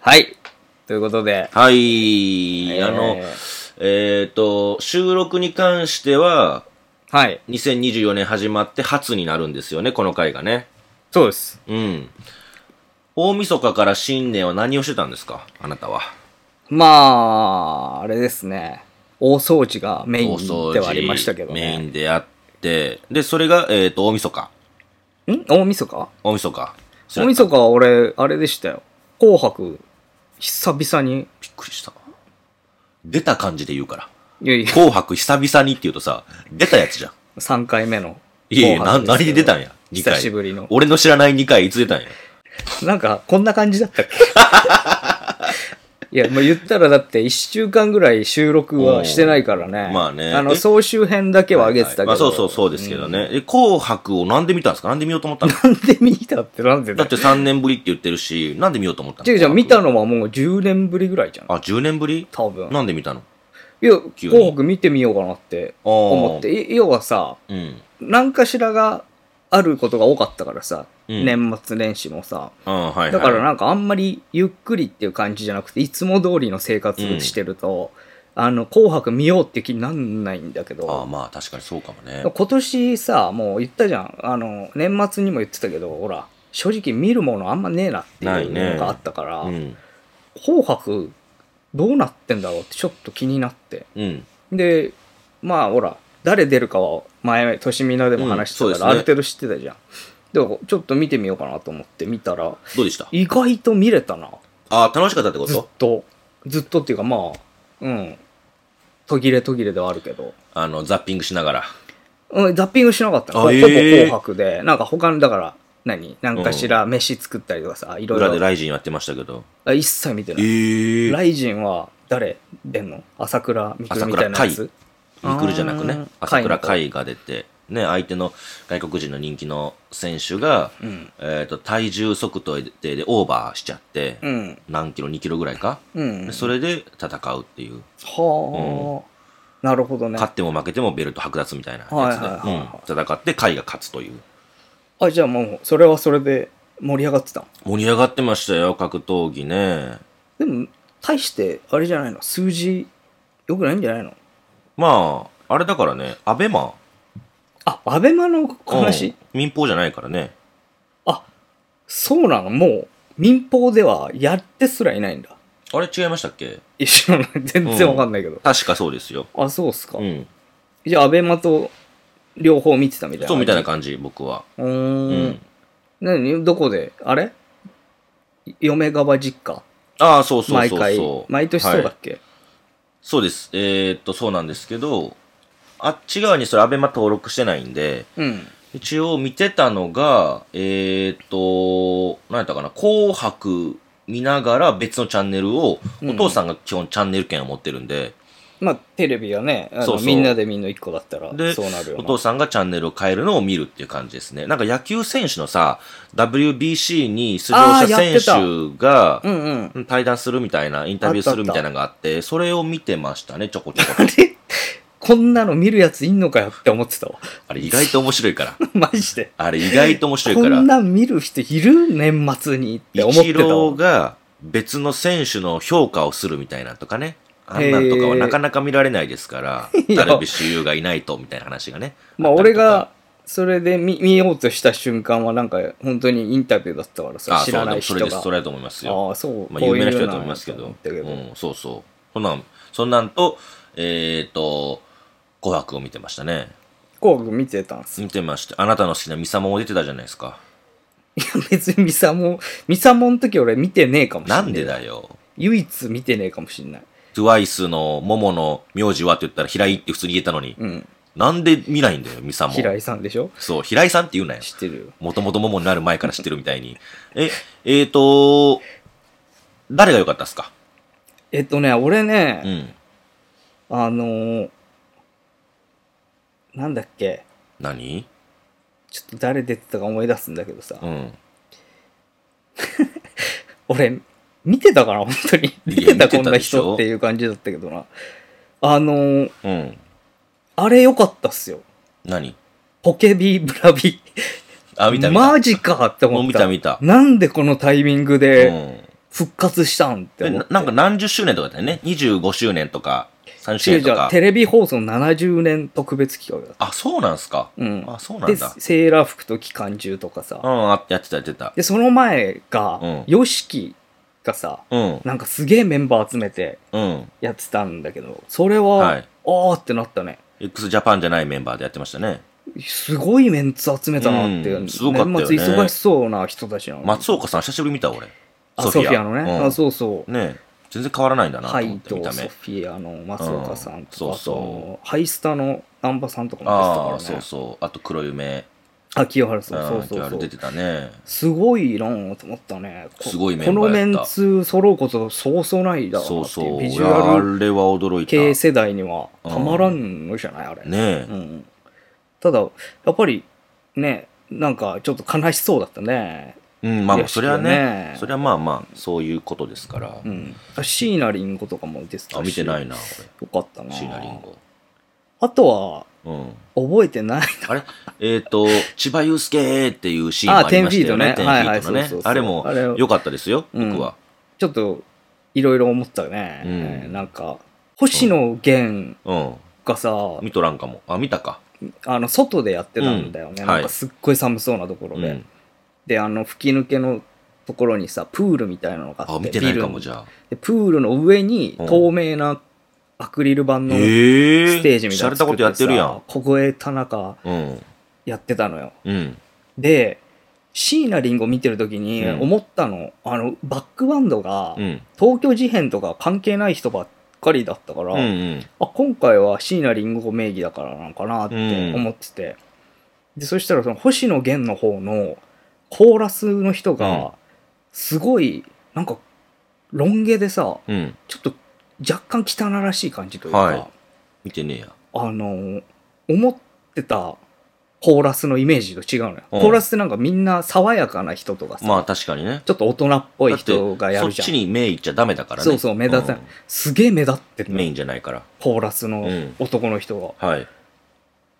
はい。ということで、はい、えーあの、えっ、と、収録に関しては、はい。 2024年始まって初になるんですよね、この回がね。そうです。うん。大晦日から新年は何をしてたんですかあなたは。まあ、あれですね。大掃除がメインではありましたけどメイね。ンでやって、で、それが、えっ、と、大晦日。ん大晦日大晦日。そ大れ晦日は俺、あれでしたよ。紅白、久々に。びっくりした。出た感じで言うから。いやいや、紅白久々にって言うとさ、出たやつじゃん。 3回目のいやいや、な、紅白何すでけ出どたんや ?2 回。久しぶりの。俺の知らない2回いつ出たんや。なんか、こんな感じだったっけいや、もう言ったらだって1週間ぐらい収録はしてないからねう。んまあねあの、え総集編だけは上げてたけど。まあそうそうそうですけどね。え、紅白をなんで見たんですかなんで見ようと思ったの なんで見たってなんでだだっ。て3年ぶりって言ってるし、なんで見ようと思ったの違う違う、見たのはもう10年ぶりぐらいじゃん。あ、10年ぶり多分。なんで見たのいや、急に紅白見てみようかなって思って。い要はさ、うん。何かしらがあることが多かったからさ、うん年末年始もさ。あはい、はい。だからなんかあんまりゆっくりっていう感じじゃなくて、いつも通りの生活してると、あの、紅白見ようって気になんないんだけああ、ど、まあ確かにそうかもね。今年さ、もう言ったじゃん。あの、年末にも言ってたけど、ほら、正直見るものあんまねえなってないいうねのがあったから、うん。紅白どうなってんだろうってちょっと気になって。うん。で、まあほら、誰出るかは前、としみなでも話してたうんかそうら、ですねある程度知ってたじゃん。でもちょっと見てみようかなと思って見たら、どうでした意外と見れたな。ああ、楽しかったってこずっとと。ずっとっていうかまあ、うん。途切れ途切れではあるけど。あの、ザッピングしながら。うん、ザッピングしなかったの。あほぼえー紅白で、なんか他の、だから、何なんかしら飯作ったりとかさ、いろ裏でいろ。ライジンやってましたけど。あ一切見てない。ええライジンは誰出んの朝倉未来みたいなやつミクルじゃなくあーね、朝倉海海が出て、ね、相手の外国人の人気の選手が、うん。えっ、と、体重測定でオーバーしちゃって、うん。何キロ、2キロぐらいか、うん。でそれで戦うっていう、はあ、なるほどね。勝っても負けてもベルト剥奪みたいなやつで、はいはいはいはうん戦って海が勝つという。あ、じゃあもう、それはそれで盛り上がってたの盛り上がってましたよ、格闘技ね。でも、大して、あれじゃないの数字、良くないんじゃないのまあ、あれだからね、アベマ。あ、アベマの話、うん民放じゃないからね。あ、そうなのもう、民放ではやってすらいないんだ。あれ違いましたっけ一緒なの全然わかんないけど。確かそうですよ。あ、そうっすか。うん。じゃあ、アベマと両方見てたみたいな。そうみたいな感じ、僕は。うー。うんん。何どこであれ嫁川実家ああ、そうそうそう毎そう。回毎年そうだはいっけ、そうです。えーっと、そうなんですけど、あっち側にそれ、アベマ登録してないんで、うん一応見てたのが、えーっと、何やったかな、紅白見ながら別のチャンネルを、うんお父さんが基本チャンネル権を持ってるんで、まあテレビはねあのそうそうみんなでみんな一個だったらでそうなるよおな父さんがチャンネルを変えるのを見るっていう感じですね。なんか野球選手のさ、WBC に出場あーやってしたた選手が、うんうん対談するみたいな、インタビューするみたいなのがあって、それを見てましたね、ちょこちょこ。あれこんなの見るやついんのかよって思ってたわ あれ意外と面白いから。マジであれ意外と面白いこからん。なん見る人いる年末にって思って一た郎わが別の選手の評価をするみたいなとかね。あんなんとかはなかなか見られないですから、いやダルビッシュ有がいないとみたいな話がね。まあったり俺とかがそれで見見ようとした瞬間はなんか本当にインタビューだったからさあ知らないそうでもそれ人がです、それだと思いますよ。ああそう、まあ、こう有い名なうの人だと思いますけなんどだ。と思ったうん、そうそう。そんなん、そんなんと、えっ、と、紅白を見てましたね。紅白見てたんです見てまして、あなたの好きなミサモンも出てたじゃないですか。 別にミサモン、ミサモンの時俺見てねえかもしんな。ないんでだよ。唯一見てねえかもしんない。 TWICE の桃の名字はって言ったら平井って普通に言えたのに、うん。なんで見ないんだよ、ミサモン。平井さんでしょそう、平井さんって言うなよ。知ってるよ。もともと桃になる前から知ってるみたいに。え、えーと、誰が良かったっすかえっとね、俺うね、ん。あのー、なんだっけ、何ちょっと誰出てたか思い出すんだけどさ、うん。俺、見てたかな本当に。や見てた見てたでしょこんな人っていう感じだったけどな。あのー、うん。あれ良かったっすよ。何ポケビブラビ。あ、見た見た。マジかって思った。もう見た見たなんでこのタイミングで、うん。復活したんってで思なって。なんか何十周年とかだったよね。25周年とか、30周違年う違とうか。テレビ放送70年特別企画だっあ、そうなんすか。た。うん。あ、そうなんで、だ。セーラー服と機関銃とかうさ。ん、あやってた、やってた。で、その前がうん、ヨシキがさ、うん、なんかすげえメンバー集めてうん。やってたんだけど、それは、はいあーってなったね。 x ジャパンじゃないメンバーでやってましたね。すごいメンツ集めたなって、うんすごかったよね年末忙しそうな人たちなの。松岡さん、久しぶりに見た、俺。あソフィアのね、うんあそうそう、ねえ全然変わらないんだなとハ思イって、と見たソ目。フィアの松岡さんとか、うんそうそうあとハイスタの難波さんとかもああ、出てたかそうらねそう。あと黒夢。あ清原さんうそんうそうあそれ出うてたね。すごいなぁと思ったねこすごいメンバこのーメやったンツ揃うことそうそうないだろうそなうってそいうう。ビいジュやあアルれは驚いた。系ね世代にはたまらんのじゃないあれ、えう。ん、ただやっぱりねなんかちょっと悲しそうだったねうん、まあまあ、悔しいそれはよねね、それはまあまあ、そういうことですからう。ん椎名林檎とかも出てたしあ、見てないな、よかったな俺。シーナリンゴ。あとはうん。覚えてないあれえっと、千葉雄介っていうシーンもありましたよね。あテンフ10フィートねィートはいはいそのうそうねそう。あれもあれ良かったですよ、うん僕は。ちょっといろいろ思ったうね、んえーなんか星野源うん。がさ、見とらんかも。あ、見たか。あの外でやってたんだようね、んなはんいかすっごい寒そうなところうで、ん。であの吹き抜けのところにさプールみたいなのがあ、あって見てないかビルも、じゃあ。でプールの上にうん透明なアクリル板のスええ。テージみた洒いな落たことやってるやん。ここへ田中うん。やってたのようん。で椎名林檎見てる時にうん思ったの、あのバックバンドが、うん。東京事変とか関係ない人ばっかりだったから、うんうん。あ今回は椎名林檎名義だからなのかなって思ってて、でそしたらその星野源の方のコーラスの人うんがすごいなんかロン毛でさうん。ちょっと若干汚らしい感じというか、はい見てねえや。あの思ってたコーラスのイメージと違うのよ、うんコーラスってなんかみんな爽やかな人とかさ、まあ確かにね。ちょっと大人っぽいだって人がやそるっじゃちんに目いっちゃダメだからね。そうそう目立たないすげえ目立ってうるんのメインじゃないから。コーラスのうん男の人が、はい。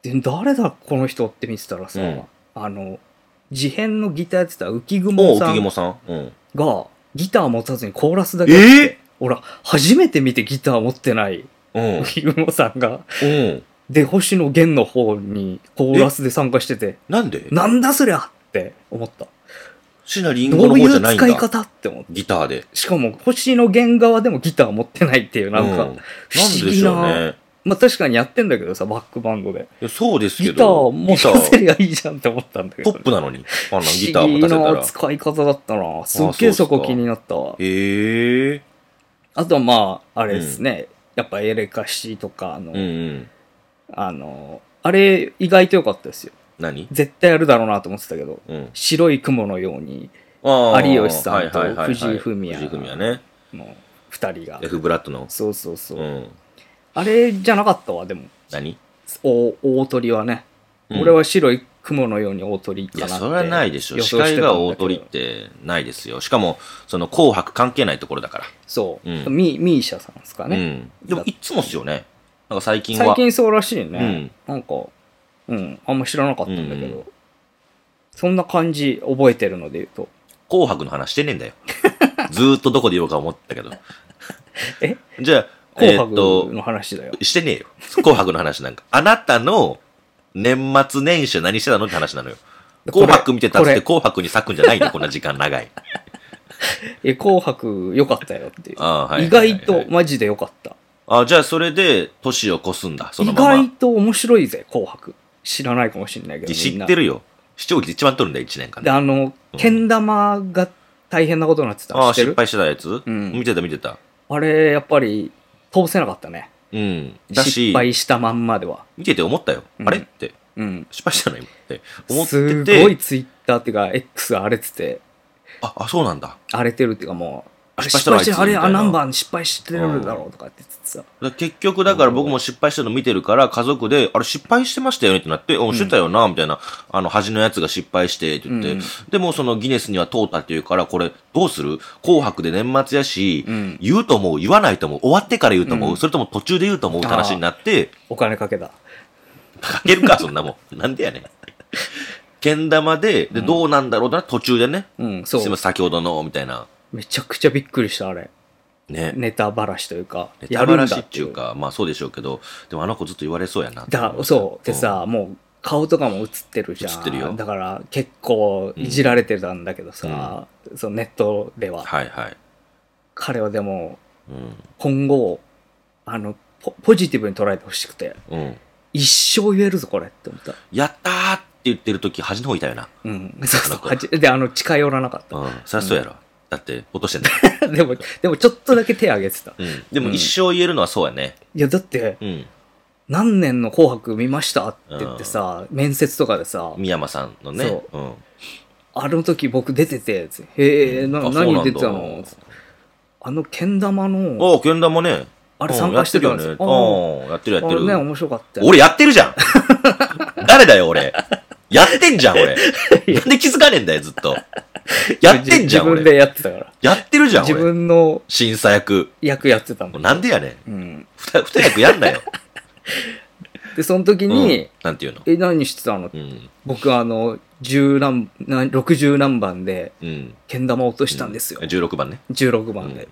で誰だこの人って見てたらさ、うんあの事変のギターやってた浮も雲うさ浮ん雲さん。うん。がギター持たずにコーラスだけやってて俺初めて見てギター持ってないうん。浮雲さんがうん。で星野源の方にコーラスで参加しててなんでなんだそりゃって思ったシナリンゴどのうい方じゃうないん使いだ。方って思ってギターで。しかも星野源側でもギター持ってないっていうなんうかなんで不思し議な,、ょうね。まあ確かにやってんだけどさバックバンドでいやそうですけギターど。持たせりゃいいじゃんって思ったんだけポどップなのに。あんな不ギター思持議たせたなら。使い方だったなすっそうげでえすかそこ気になったわええ。あとはまああれですね、やっぱエレカシとかの、うんうん。あのあれ意外と良かったですよ何絶対やるだろうなと思ってたけどうん。白い雲のようにあー有吉さんとはいはいはいはい藤井フミヤ藤井フミヤね。の2人が F ブラッドの。そうそうそう、うん。あれじゃなかったわでも何お大鳥はね、うん俺は白い雲のように大鳥かいや、なってそれはないでしょ。予司想し会てたんだけがど大鳥ってないですよ。しかも、その紅白関係ないところだから。そう、うんミミーシャさんですかね、うん。でも、いっつもっすよね。なんか最近は。最近そうらしいうんね、なんかうんあんま知らなかったんだけど、うんうんそんな感じ覚えてるので言うと紅白の話してねえ んだよ。ずーっとどこで言おうか思ったけど。えじゃあ、 「紅えーっ白」と、の話だよ、してねえよ。紅白の話なんか。あなたの年末年始は何してたのって話なのよ。紅白見てたっつってこ紅白に咲くんじゃないよ、こんな時間長い。れえ紅白良かったよっていう、あーはい 意はいはいはい外とマジで良かったあ、じゃあそれで年を越すんだ、その意まま。外と面白いぜ紅白知らないかもしれないけど知みっんなてるよ。視聴率一番取るんだよ、1年間でで。あのうんけん玉が大変なことになってたのああ、知って失る敗してたやつ、うん見てた見てた。あれ、やっぱり、通せなかったね。うん。だ失し、敗したまんまでは。見てて思ったよ。うんあれって、うん。失敗したの今って思ってすて。ごいツイッターっていうか、X が荒れてて、あ、あ、そうなんだ。荒れてるっていうかもう、あれ失敗失したの敗してる、あいつみたあれ、あ、いな何番失敗してるだろうとかって言ってさ、だ結局、だから僕も失敗してるの見てるから、家族で、あれ失敗してましたよねってなって、おしてたよな、みたいな、あの、端のやつが失敗して、って言って、うんでもそのギネスには通ったっていうから、これ、どうする紅白で年末やし、うん言うと思う、言わないと思う、終わってから言うと思う、うんそれとも途中で言うと思うって話になって、お金かけた。かけるか、そんなもん。なんでやねん。けん玉で、で、どうなんだろうな、途中でね、うん、そう。すいません先ほどの、みたいな。めちゃくちゃびっくりした、あれ。ね。ネタばらしというか、ネやタるばんだらてしっていう。か、まあそうでしょうけど、でもあの子ずっと言われそうやなって思いまだしたそう。で、さ、もう顔とかも映ってるじゃん。映ってるよだから結構いじられてたんだけどさ、そのネットでうんは。はいはい。彼はでも、う今後、あの、ポポジティブに捉えてほしくて、ん。うん。一生言えるぞ、これって思った。やったーって言ってる時端の方いたよな。うん。そうあそう。の子はじで、あの、近寄らなかっうん。そりゃそうやろ。だって、落と してんだ。た。でも、でもちょっとだけ手挙げてた。いうん。でも一生言えるのはそうやね。や、だって、うん。何年の紅白見ましたって言ってさ、面接とかでさ、三山さんのね。。そうん。あの時僕出てて、つってへえ、なあそうなん何だ出てたのつってあの、けん玉の、おう、けん玉ね。あれうん参加してたんですやっよてるよね。うん。やってるやあってれね、る。面白かったよ。俺やってるじゃん 誰だよ、俺。やってんじゃん、 俺。なんで気づかねえんだよ、ずっと。やってんじゃん、自分俺。でやってたから。やってるじゃん、自俺。分の審査役。役やってたんだ。なんでやねん。うん。ふた二役やんなよ。で、その時うん に、なんていうのえ、何してたのうん。僕あの、十何、な60何番で、うん。けん玉落としたんですよ。 16番ね。 16番で。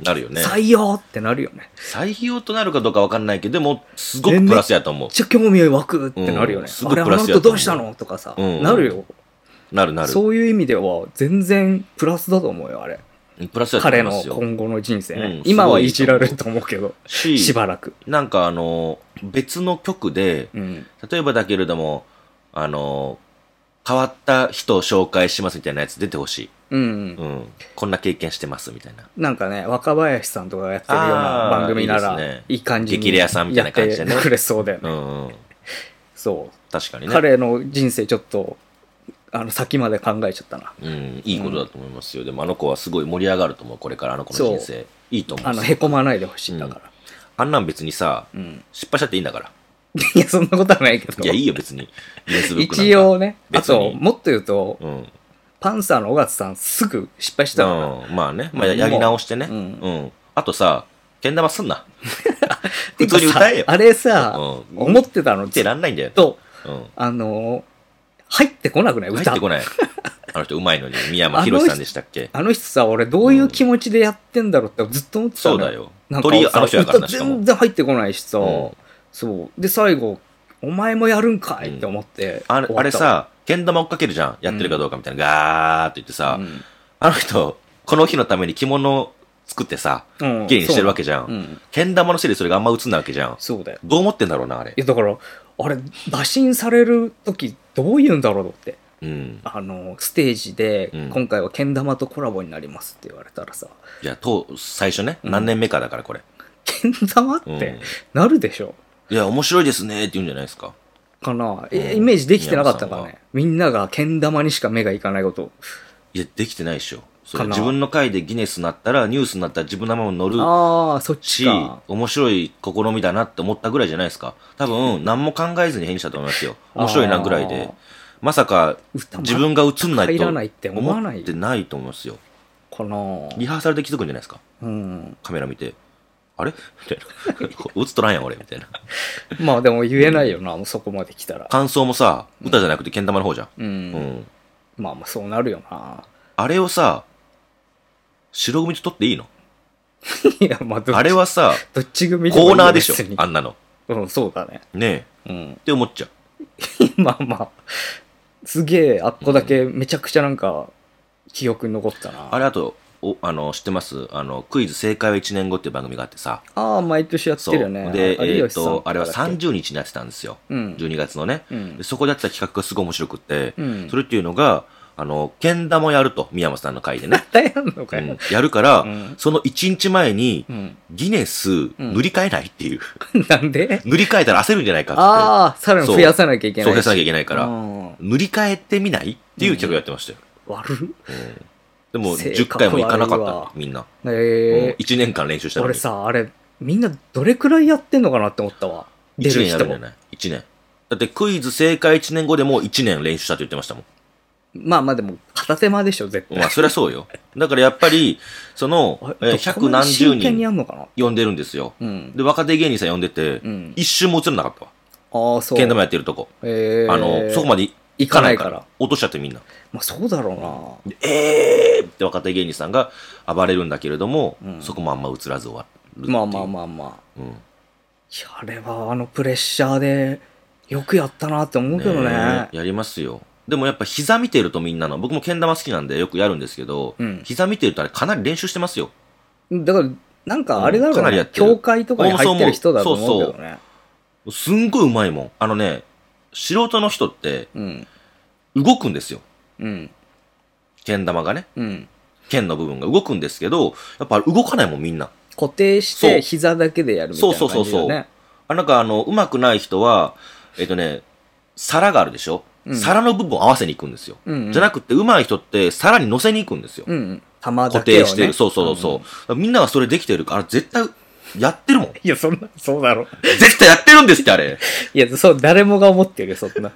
なるよね。採用ってなるよね。めっ採用となるかどうかわかんないけど、でも、すごくプラスやと思ちゃ興味湧くってなるようんね。すごあいれ、あプラのスやと思う後どうしたのとかさ、うんなるよ。う。なるなる。そういう意味では、全然プラスだと思うよ、あれ。プラスやと思彼いまのすよ。今後の人生ね。うん今はいじられると思うけど、ししばらく。なんかあの、別の曲で、うん。例えばだけれども、あの、変わった人を紹介しますみたいなやつ出てほしい。うん。うん。こんな経験してますみたいな。なんかね、若林さんとかがやってるようなあー番組なら、いいいいですね感じに激レアさんみたいな感じでねやってくれそうだよね。うん、うん。そ確かにう。ね。彼の人生ちょっと、あの、先まで考えちゃったな。うん、いいことだと思いますよ。でもあの子はすごい盛り上がると思う。これからあの子の人生。いいと思う。あの、へこまないでほしいんだから。あんなん別にさ、うん。失敗しちゃっていいんだから。いや、そんなことはないけど。いや、いいよ別 に。Facebook なんか一。応ね。あ別にと、もっと言うと、うん。パンサーの尾形さんすぐ失敗したから。うん、まあね。まあ、もうやり直してね。ううんん。あとさ、けん玉すん な。普通に歌えよ。あれさ、うん思ってたの見てずっらんないんだよ。と、うん。あのー入ってこなくない入歌ってこ ない。あの人うまいのに、宮山博さんでしたっけあの人さ、俺どういう気持ちでやってんだろうってずっと思ってたそのうだ。よな。んか鳥、あさの人やから歌な、しかも全。然入ってこないしさ、うんそう。で、最後、お前もやるんかいって思って、あれ終わあっれた、さ、けん玉追っかけるじゃん。やってるかどうかみたいな。ガーって言ってさう、んあの人、この日のために着物を作ってさ、うん芸にしてるわけじゃ。そううんん。けん玉のせいでそれがあんま映んないわけじゃん。そうだよ。どう思ってんだろうな、あれい。や、だから、あれ、打診される時どう言うんだろうって。うん。あの、ステージで、うん今回はけん玉とコラボになりますって言われたらさ、いや、と、最初ね、うん何年目かだから、これ。けん玉っうんてなるでしょ、いや、面白いですねって言うんじゃないですか。かな、えうんイメージできてなかったから宮ね。みんながけん玉にしか目がいかないこと。いや、できてないでしょ。そかれな自分の回でギネスになったら、ニュースになったら自分の名前も載るああ、そっちしか。、面白い試みだなって思ったぐらいじゃないですか。多分、何も考えずに返したと思いますよ。面白いなぐらいあでー。まさか、歌自分が映んない入とらないって思わない思ってないと思いますよ。かなリハーサルで気づくんじゃないですか。うん。カメラ見て。あれみたいな。映っとらんやん、俺。みたいな。まあでも言えないよな、もうそこまで来たら。感想もさ、歌じゃなくて、けん玉の方じゃん。う。うんん。まあまあそうなるよな。 あれをさ、白組と撮っていいのいや、まあどっあれはさ、 どっち組もいいコーよナーでしょ別。にあんなの。うん、そうだね。ねえ。うんっ。て思っちゃう。 まあまあ。すげえ、あっこだけめちゃくちゃなんか、記憶に残ったな。あれ、あと、おあの、知ってますあの、クイズ正解は1年後っていう番組があってさ。ああ、毎年やってるよね。で、えっ、有吉さんと、あれはだっけ30日にやってたんですよ。うん。 12月のね。うんでそこでやってた企画がすごい面白くって、うん。それっていうのが、あの、けん玉やると、宮本さんの会でね大変なのうかんよ。やるから、うんその1日前にう、ん。 ギネス塗り替えないっていう。なんで塗り替えたら焦るんじゃないかっああ、さらに増やさなきゃいて。けそなう増いやさなきゃきいけないゃから、塗り替えてみないっていう企画やってましたよ。悪っでも、性10格回も行かなか悪いっわた、みんな。うんええ1年間練習したのに。俺さ、あれ、みんなどれくらいやってんのかなって思ったわ。出1る年や人るんじゃも。ない ?1 年。だってクイズ正解1年後でもう1年練習したって言ってましたもまあまあでも、片手間でしょ、絶ん。対。まあ、そりゃそうよ。だからやっぱり、そのあ、えーど100こまで何十真剣にや人んのかな呼んでるんですよ。うん。で、若手芸人さん呼んでてう、ん。一瞬も映らなかったわ。ああ、そう。けん玉やってるとこ。ええあの、そこまで行かないから。落としちゃってみんな。まあそうだろうな。えーって若手芸人さんが暴れるんだけれども、うんそこもあんま映らず終わるっていう。まあまあまあまあ。うん。いや、あれはあのプレッシャーでよくやったなって思うけどね。ねえやりますよ。でもやっぱ膝見てるとみんなの、僕もけん玉好きなんでよくやるんですけど、うん膝見てるとあれかなり練習してますよ。だから、なんかあれだうんかろなうりやねっ。てる教会とかに入ってる人だと思うけどね。すんごいうまいもん。あのね、素人の人ってうん。動くんですよ。うん。けん玉がね。うん。剣の部分が動くんですけど、やっぱ動かないもんみんな。固定しそうて膝だけでやるみたいな感じだそようそうそうそね。あなんかあの、うまくない人は、えっとね、皿があるでしょ、うん皿の部分を合わせに行くんですよ。うんうんじゃなくて、うまい人って皿に乗せに行くんですよ。うんうん。玉だ固けを、ね。定してる。そうそうそう。うだからみんながそれできてるから、絶対やってるもん。いや、そんな、そうだろ。絶対やってるんですって、あれ。いや、そう、誰もが思ってるよ、そんな。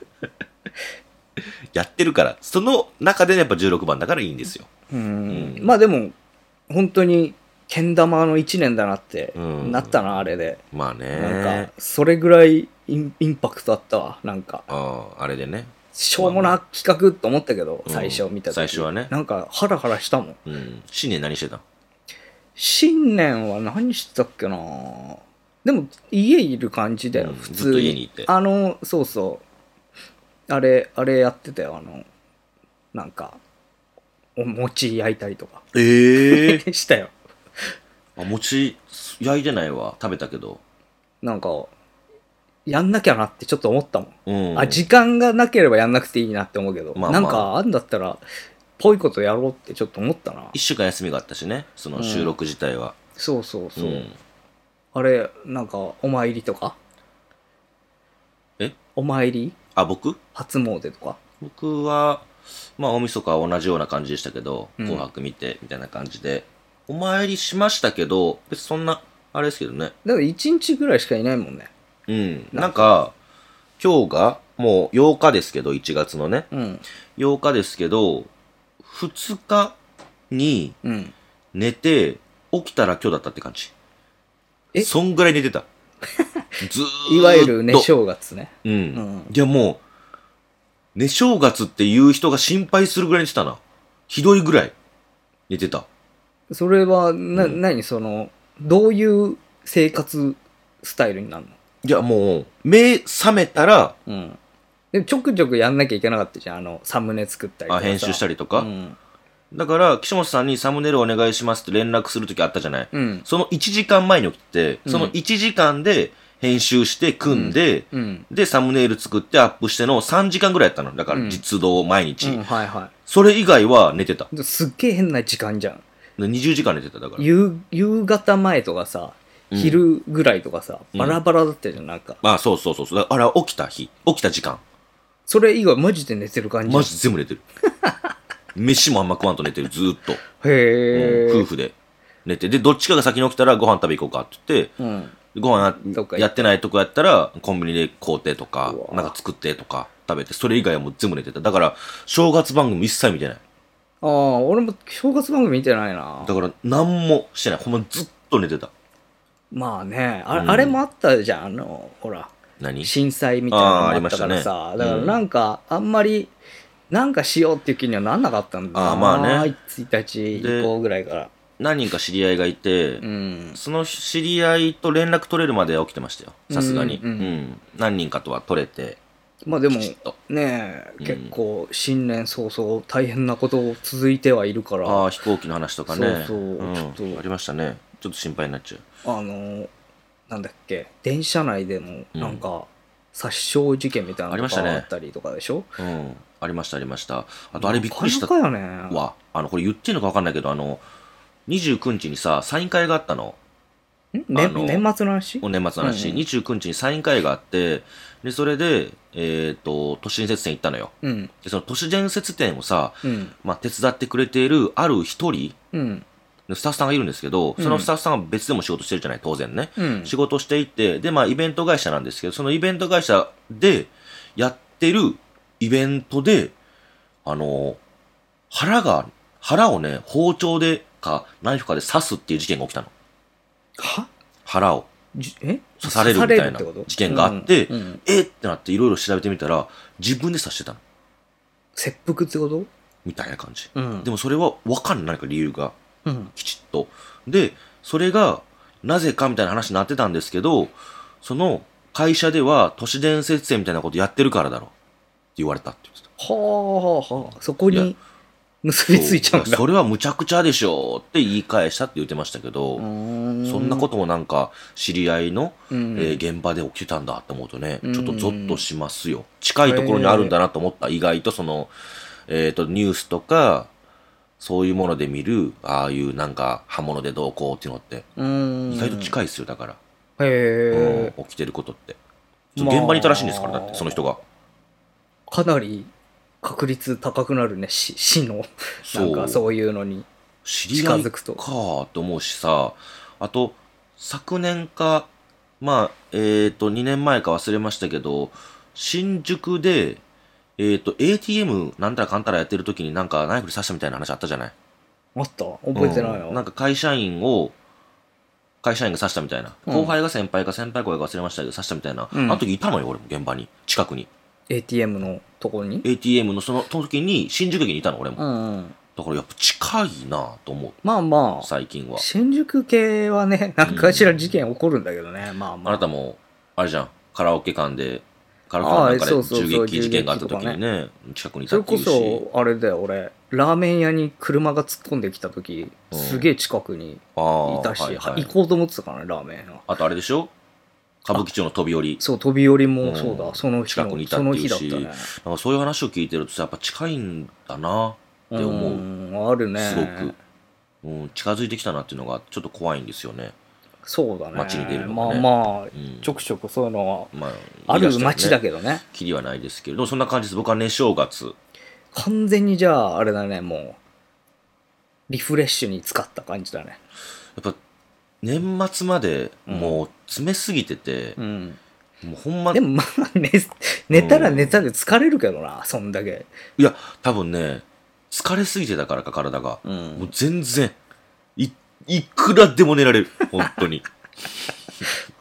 やってるから。その中でやっぱ16番だからいいんですよ。うんうんまあでも、本当に、けん玉の1年だなって、うんなったな、あれで。まあね。なんか、それぐらいインインパクトあったわ。なんか、ああ、あれでね。しょうもな企画と思ったけど、うん最初見た時、最初はねなんか、ハラハラしたもん。うん。新年何してた新年は何してたっけなでも、家いる感じだよ、うん普ずっと通家にいてあの、そうそう。あれ、あれやってたよ、あの、なんか、お餅焼いたりとか。ええしたよ。 あ、餅、焼いてないわ。食べたけど。なんか、やんなきゃなってちょっと思ったもん。うん。あ、時間がなければやんなくていいなって思うけど、まあまあなんかあんだったら、ぽいことやろうってちょっと思ったな一。週間休みがあったしね。その収録自体は。そうそうそう。んあれ、なんか、お参りとかえお参りあ、僕初詣とか僕は、まあ、大晦日は同じような感じでしたけど、うん紅白見て、みたいな感じで。お参りしましたけど、別にそんな、あれですけどね。だから1日ぐらいしかいないもんね。うん。なんか、今日が、もう8日ですけど、1月のね。うん。 8日ですけど、2日にうん。寝て、起きたら今日だったって感じ。えそんぐらい寝 てた。ずーっと。いわゆるね、正月ね。ううんん。いや、もう、寝正月っていう人が心配するぐらい寝てたな。ひどいぐらい寝てた。それは、な、うん何その、どういう生活スタイルになるのいや、もう、目覚めたら、うん。でもちょくちょくやんなきゃいけなかったじゃん。あの、サムネ作ったりとあかさ。編集したりとうか。ん。だから、岸本さんにサムネイルお願いしますって連絡するときあったじゃない。うん。その1時間前に起きて、うんその1時間で編集して、組んで、うん。で、サムネイル作ってアップしての3時間ぐらいやったの。だから、うん実動毎日。うん、はいはそれ以外は寝てた。い。ですっげえ変な時間じゃん。で20時間寝てた、だから。夕夕方前とかさ、うん昼ぐらいとかさ、うんバラバラだったじゃん、なんか。まあ、そうそうそうそう。だからあれは起きた日。起きた時間。それ以外マジで寝てる感じ。マジ全部寝 てる。飯もあんま食わんと寝てる、ずーっと。へえ。うん夫婦で寝て。で、どっちかが先に起きたらご飯食べ行こうかって言って、うん。ご飯どっか行っやってないとこやったら、コンビニで買うてとかう、わなんか作ってとか食べて、それ以外はもう全部寝てた。だから、正月番組一切見てない。ああ、俺も正月番組見てないなだ。から、何もしてない。ほんまずっと寝てた。まあね、あ,、うんあれもあったじゃん、あの、ほら、何震災みたいなのもあーあったからあさ。りまだしたねからなんか、あんまり、なんかしようっていう気にはなんなかったんだよなあーまあね。 1日以降ぐらいから。何人か知り合いがいて、うん。その知り合いと連絡取れるまでは起きてましたよ。さすがに。ううんん、うん何人かとは取れて。まあでもきちっと、ねうえ、ん結構、新年早々大変なことを続いてはいるから、ああ、飛行機の話とかね。そうそうんちょっとありましたね。ちょっと心配になっちゃう。あの、なんだっけ、電車内でも、なんか、殺傷事件みたいなありのましたねがあったりとかでしょうん。ありました、ありました。あと、あれびっくりしたなかなかよね。わ。あの、これ言っていいのか分かんないけど、あの、29日にさ、サイン会があったの。んねあの年末の話お年末の話。うんうん29日にサイン会があって、で、それで、えっ、と、都市伝説店行ったのよ。うん。で、その都市伝説店をさ、うん。まあ、手伝ってくれている、ある一人、うん。スタッフさんがいるんですけど、うんそのスタッフさんは別でも仕事してるじゃない、当然ね。うん。仕事していて、で、まあ、イベント会社なんですけど、そのイベント会社でやってるイベントで、あの、腹が、腹をね、包丁でか、ナイフかで刺すっていう事件が起きたの。は腹をじえ刺されるみたい刺なされるってこと事件があって、うんうんえってなっていろいろ調べてみたら、自分で刺してたの。切腹ってことみたいな感じ。うんでもそれは分かんない何か理由が、うん。きちっと。で、それが、なぜかみたいな話になってたんですけど、その会社では都市伝説みたいなことやってるからだろ。って言われたって言ってた。はあはあはあ。そこいやに結びついちゃうんそだ。それは無茶苦茶でしょうって言い返したって言ってましたけど、そそ、んなことともなんか知り合いの、うんえー現場で起きてたんだって思うとね、うんちょっとゾッとしますよ。近いところにあるんだなと思った。意外とその、えっ、と、ニュースとか、そういうもので見る、ああいうなんか刃物でどうこうっていうのって、うん意外と近いですよ、だから、へえ、うん起きてることって。そうまあ現場にいたらしいんですから、だって、その人が。かなり確率高くなるね、死死の、そなんかう。そういうのに。知り合い近かづくとーって思うしさ、あと、昨年か、まあ、えっ、と、2年前か忘れましたけど、新宿で、えっ、と、ATM なんたらかんたらやってる時になんかナイフで刺したみたいな話あったじゃないあった覚えてないよ。うんなんか会社員を、会社員が刺したみたいな。うん後輩が先輩か先輩後輩が忘れましたけど刺したみたいな。うんあの時いたのよ、俺も現場に。近くに。 ATM のとこに。 ATM のその時に、新宿駅にいたの、俺も。うんうん。だからやっぱ近いなと思まあまう、あ、最近は。新宿系はね、何かしら事件起こるんだけどね、まあまああ。なたも、あれじゃん、カラオケ館で、カラオケ館なんかああそでうそうそう銃撃事件があった時に銃撃ね、近くにいそたれっていこうし、そ、あれだよ、俺、ラーメン屋に車が突っ込んできた時、うんすげえ近くにいああたし、はいはい行こうと思ってたからね、ラーメン屋。あとあれでしょ歌舞伎町の飛び降り。そう、飛び降りもそうだ、うんその日近くにいの、たっそてのいうし日だったね。なんかそういう話を聞いてるとさ、やっぱ近いんだなって思う。ん、あるね。すごく。うん、近づいてきたなっていうのがちょっと怖いんですよね。そうだね。街に出るのまがあねまあう、んちょくちょくそういうのまは、ある街だけ。けどね。きりはないですけれど、そんな感じです。僕はね、正月。完全にじゃあ、あれだね、もう、リフレッシュに使った感じだね。やっぱ、年末までもう詰めすぎててう、ん。もうほんまでもまあ、寝、寝たら寝たで疲れるけどな、そんだけ。いや、多分ね、疲れすぎてたからか、体が。う。もうん全然、い、いくらでも寝られる。本当に。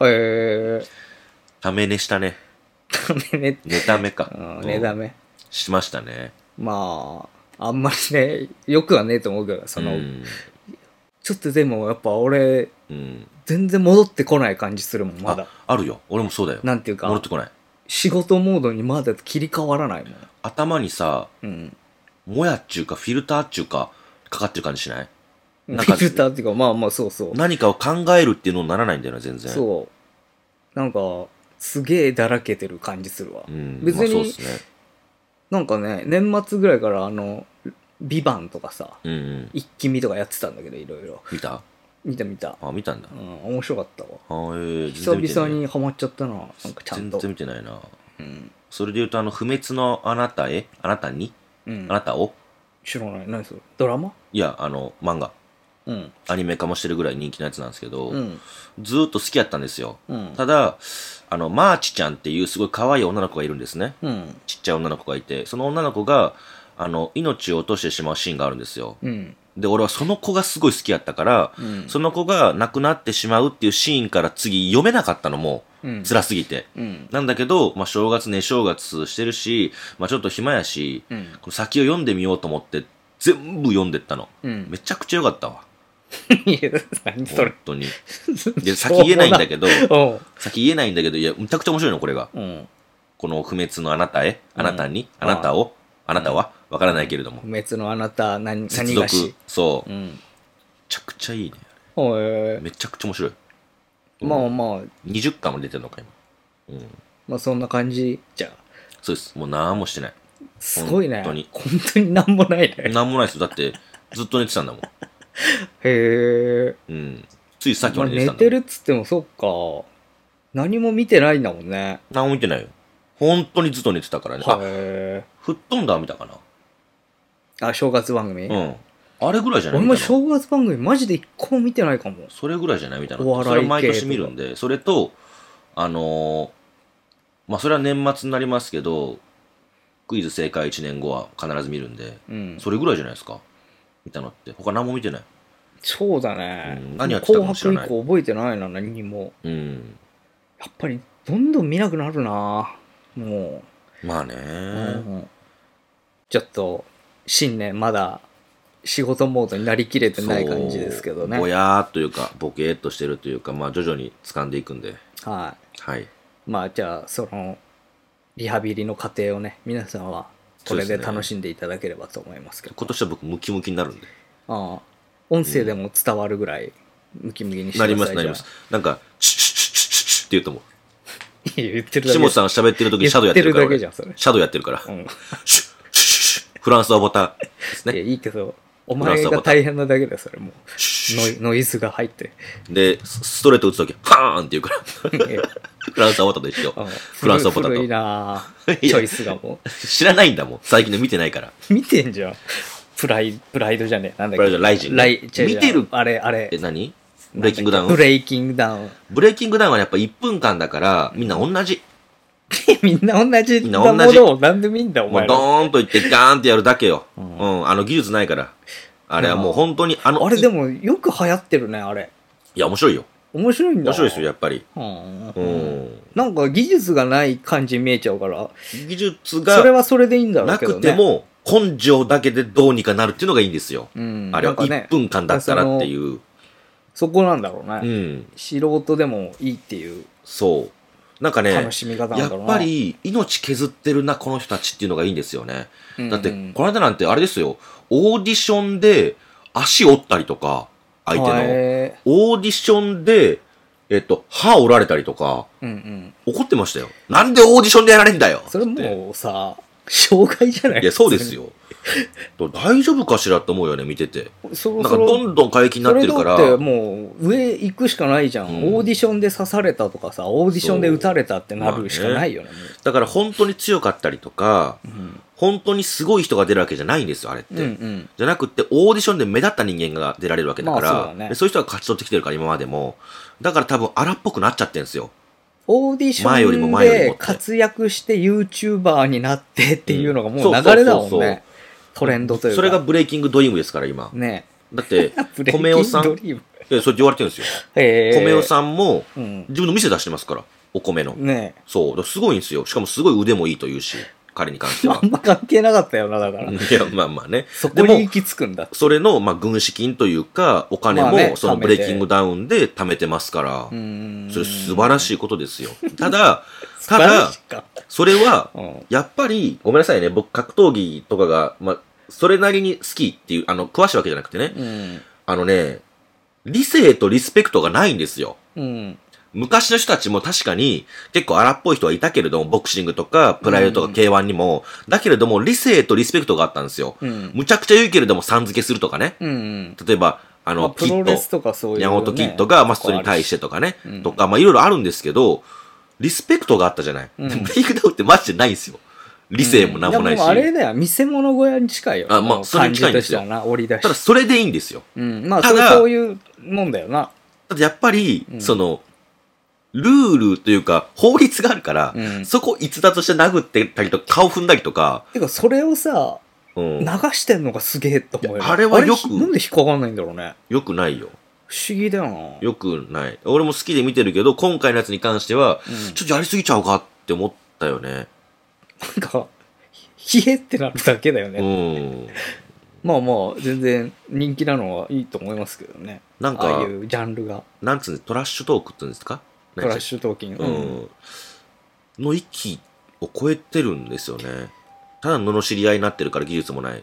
えー、ため寝したね。寝、ね、寝ためか。 ううんん、寝だめ。しましたね。まあ、あんまりね、よくはねえと思うけど、その、うん。ちょっとでもやっぱ俺、うん全然戻ってこない感じするもん、まだ。あるよ。俺もそうだよ。なんていう戻っかて、こない。仕事モードにまだ切り替わらないもん。頭にさ、うん。もやっちゅうか、フィルターっちゅうか、かかってる感じしないフなんかィルターっていうか、まあまあ、そうそう。何かを考えるっていうのにならないんだよな、全然。う。そう。なんか、すげえだらけてる感じするわ。ん。別まあ、にそうですね。なんかね、年末ぐらいから、あの、ビバンとかさ、うん、うん。一気見とかやってたんだけど、いろいろ。見た見た見た。あ、見たんだう。ん、面白かったわ。あーえー久全然見てない々にハマっちゃったな、なんかちゃんと。全然見てないな。うん。それで言うと、あの、不滅のあなたへ、あなたに、うんあなたを、知らない。何それドラマいや、あの、漫画、うん。アニメ化もしてるぐらい人気のやつなんですけど、うん。ずーっと好きやったんですよ。うん。ただ、あの、マーチちゃんっていうすごい可愛い女の子がいるんですね。うん。ちっちゃい女の子がいて、その女の子が、あの、命を落としてしまうシーンがあるんですよ。うん。で、俺はその子がすごい好きやったから、うん。その子が亡くなってしまうっていうシーンから次読めなかったのも、うん。辛すぎて。うん。なんだけど、まあ、正月ね、正月してるし、まあ、ちょっと暇やし、うん。この先を読んでみようと思って、全部読んでったの。うん。めちゃくちゃ良かったわ。いや、 何それ本。当に。いや、先言えないんだけど、 ど。先言えないんだけど、いや、めちゃくちゃ面白いの、これが。うん。うん。この不滅のあなたへ、あなたに、うあんなたを、あなたは、わからないけれども不。滅のあなた、何、接何がし続。。そう。うめん。ちゃくちゃいいね。おい。めちゃくちゃ面白い。うんまあまあ、 20巻も出てるのか、今。うん。まあそんな感じじゃん。そうです。もう何もしてない。すごいね。本当に本当になんもないね。何もないですよ。だって、ずっと寝てたんだもん。へえ。うん。ついさっきままあで寝てた寝んだてもん。るっつってもそっか。何も見てないんだもんね。何も見てないよ。本当にずっと寝てたからね。あ、へえ。吹っ飛んだ見たかな。あ、正月番組うん。あれぐらいじゃない俺みたもいな正月番組マジで一個も見てないかも。それぐらいじゃないみたいな。お笑いそれ毎系年とか見るんで、それと、あのーまあ、それは年末になりますけど、クイズ正解1年後は必ず見るんで、うん。それぐらいじゃないですか。見たのって。他何も見てない。そうだね。うん何やってたかも知らない紅白以降覚えてないな、何にも。うん。やっぱり、どんどん見なくなるな。もまあねう。うんちょっと、新年まだ仕事モードになりきれてない感じですけどそうぼね。やーっというか、ボケーっとしてるというか、まあ徐々に掴んでいくんで。ははい。い。まあ、じゃあ、その、リハビリの過程をね、皆さんは、これそうでですね楽しんでいただければと思いますけど。今年は僕ムキムキになるんで。ああ音声でも伝わるぐらい、ムキムキにしてくなだりさい。ます、なりまじすゃあ。。なんか、チュチュチュチュチュチュって言うと思う。いや言ってるだ岸け。本さんが喋ってる時にシャドウやってるから。言ってるだけじゃんそれ俺シャドウやってるから。うシュんッシュッシュッフランスはボタンですいね。や、いいけど、おフラン前スはがボタン大変なだけで、それもう。シュッノシュッ イノイズが入って。で、スストレート打つとき、パーンって言う から。いやフランスはボタンと一緒あ。のフランスはボタン古いと。なあいチやョイスがも知らないんだもん。最近の見てないから。う。見てんじゃん。プライ、プライドじゃねえ。なんだっプライドけ。ライジング。ライ、違う違う見てる。あれ、あえ、れ。何ブレイキングダウブンレイキングダウン。ブレイキングダウンはやっぱ1分間だから、みんな同じ。みんな同じみんなもな同じのをなんで見んだ、おもう前ドら。ーンといってガーンってやるだけよ。ううんん、あの技術ないから。あれはもう本当に、あの、あれでも。もよく流行ってるね、あれ。いや、面白いよ。面白いんだ。面白いですよ、やっぱり。うん。ううん。ん。なんか技術がない感じ見えちゃうから、技術それがはそれでいいんだろなうけどくね。ても、根性だけでどうにかなるっていうのがいいんですよ。うん、あれはなんかね1分間だったらっていそのう。そこなんだろうね、うん。素人でもいいっていうそう。なんかね、楽しみ方なやんだろうっな、ぱり命削ってるな、この人たちっていうのがいいんですよね。うんうんだって、この間なんてあれですよ、オーディションで足折ったりとか、相手の。へオーディションで、えっと、歯折られたりとか、ーうんうん怒ってましたよ。なんでオーディションでやられんだよそれってもうさ 障害じゃないいや、そうですよ。大丈夫かしらと思うよね、見てて。普通なにんそか、ろそどろんどん過激になってるからそれだっ。てもう上行くしかないじゃん、うんオーディションで刺されたとかさオーディションで撃たれたってなるしかそうないよねだから、本当に強かったりとか、うん本当にすごい人が出るわけじゃないんですよ、あれっうんうて。んじゃなくて、オーディションで目立った人間が出られるわけだかまあそうら、だねでそういう人が勝ち取ってきてるから、今までも。だから多分、荒っぽくなっちゃってるんですよ。オーディシ前よりもョン前よりもでって活躍して YouTuber になってっていうのがもううん流れだもそうそうそんうそうねトレンドというかそれがブレイキングドリームですから、今。ねだ って、ブレイキ米尾さん、ンドいリームやそうやって言われてるんですよ。へー米尾さんも、うん自分の店出してますから、お米の。ねそう。だからすごいんですよ。しかもすごい腕もいいというし、彼に関してえ。あは。んま関係なかったよな、だから。 いや、まあまあね。そこでにも行、き着くんだ。それの、まあ、軍資金というか、お金まあねも、その貯めブてレイキングダウンで貯めてますからう、ーんそれ素晴らしいことですよ。ただ、素た晴らだし、いか。それは、うんやっぱり、ごめんなさいね、僕、格闘技とかが、まあ、それなりに好きっていう、あの、詳しいわけじゃなくてね、うん。あのね、理性とリスペクトがないんですよ。うん。昔の人たちも確かに結構荒っぽい人はいたけれども、ボクシングとかプライドとか K1 にも、だけれども理性とリスペクトがあったんですよ。うん。むちゃくちゃ言うけれども、さん付けするとかね。うん。例えば、あまあの、プキロッレスト、とかそういう。。山本キットがマストに対しててとかねうん、とか、まあいろいろあるんですけど、リスペクトがあったじゃない。うんで ブレイクダウンってマジでないんですよ。理性もなんもないし。やうあれだよ、見せ物小屋に近いよ。あまあそれに近いんですよ感じとしてはな、折り出ただし。それでいいんですよ。うん。まあ、たそだそういうもんだよな。ただやっぱり、うんその、ルールというか、法律があるから、うんそこ逸脱して殴ってたりとか、顔踏んだりとか、てか、それをさ、うん流してんのがすげえと思うよ。いやあれはよくあれなんで引っかかんないんだろうね。よくないよ。不思議だよな。よくない。俺も好きで見てるけど、今回のやつに関しては、うんちょっとやりすぎちゃうかって思ったよね。なんか、ひ冷えってなるだけだよね。うん。まあまあ、全然人気なのはいいと思いますけどね。なんああかい、うジャンルが、なんつうんですトラッシュトークってうんですかトラッシュトーキング。ううんん。の域を超えてるんですよね。ただの罵り合いになってるから技術もない。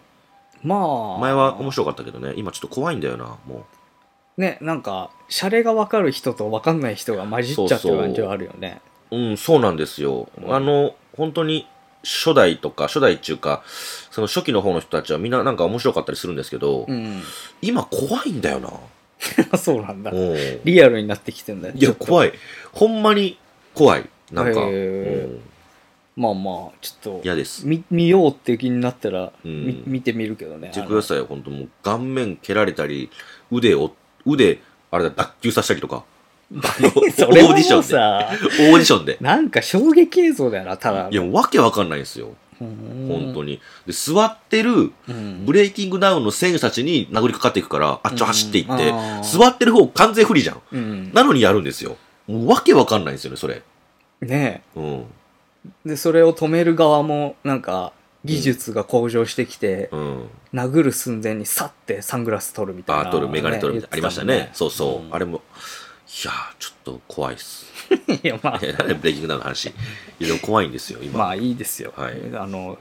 まあ、前は面白かったけどね、今ちょっと怖いんだよな、もう。ね、なんか、シャレが分かる人と分かんない人が混じっちゃってる感じはあるよね。うん、そうなんですよ。うんあの、本当に初代とか、初代っていうか、その初期の方の人たちはみんななんか面白かったりするんですけど、うん。 今怖いんだよな。そうなんだう。ん。いリアルになってきてんだよ。や、い。怖い。ほんまに怖い。なんか、へーうんまあまあ、ちょっと、嫌です。み見ようって気になったら、うんみ見てみるけどね。見てくださいよ、本当もう顔面蹴られたり、腕を、腕、あれだ、脱臼させたりとか。あのオーあデの それはもィショうンで。さ、オーディションで。なんか衝撃映像だよな、ただ。いや、わけわかんないんですよ。本本当に。で、座ってる、うんブレイキングダウンの選手たちに殴りかかっていくから、あっちょうん走っていって、あー座ってる方完全不利じゃん。うん。なのにやるんですよ。もうわけわかんないんですよね、それ。ねうん。えで、それを止める側も、なんか、技術が向上してきて、うん。殴る寸前にさってサングラス取るみたいな、バートル、メガネ取るみたいな、ありましたね。そうそう。んあれも、いやー、ちょっと怖いっす。 いや、まあい、やなんでブレイキングダウンの話。いやでも怖いんですよ、今。まあいいですよ。はいあの、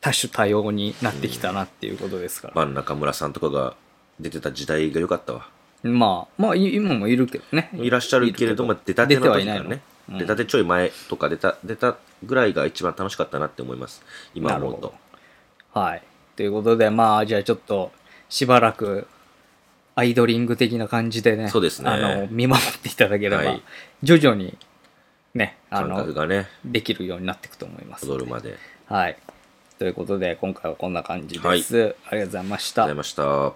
多種多様になってきたなっていうことですから。まあ、中村さんとかが出てた時代が良かったわ。まあ、まあ、い今もいるけどね。いらっしゃるけれども、出たて出のては時いなかいらのね。うん出たてちょい前とか出た、出たぐらいが一番楽しかったなって思います。今思うなるとほ。はい。ということで、まあ、じゃあちょっと、しばらく、アイドリング的な感じでね、そうですねあの、見守っていただければ、はい徐々に、ね、あ感の覚、がね、できるようになっていくと思います。戻るまで。ありがとうはい。ということで、今回はこんな感じです。ありがとうございましごたざい。ました。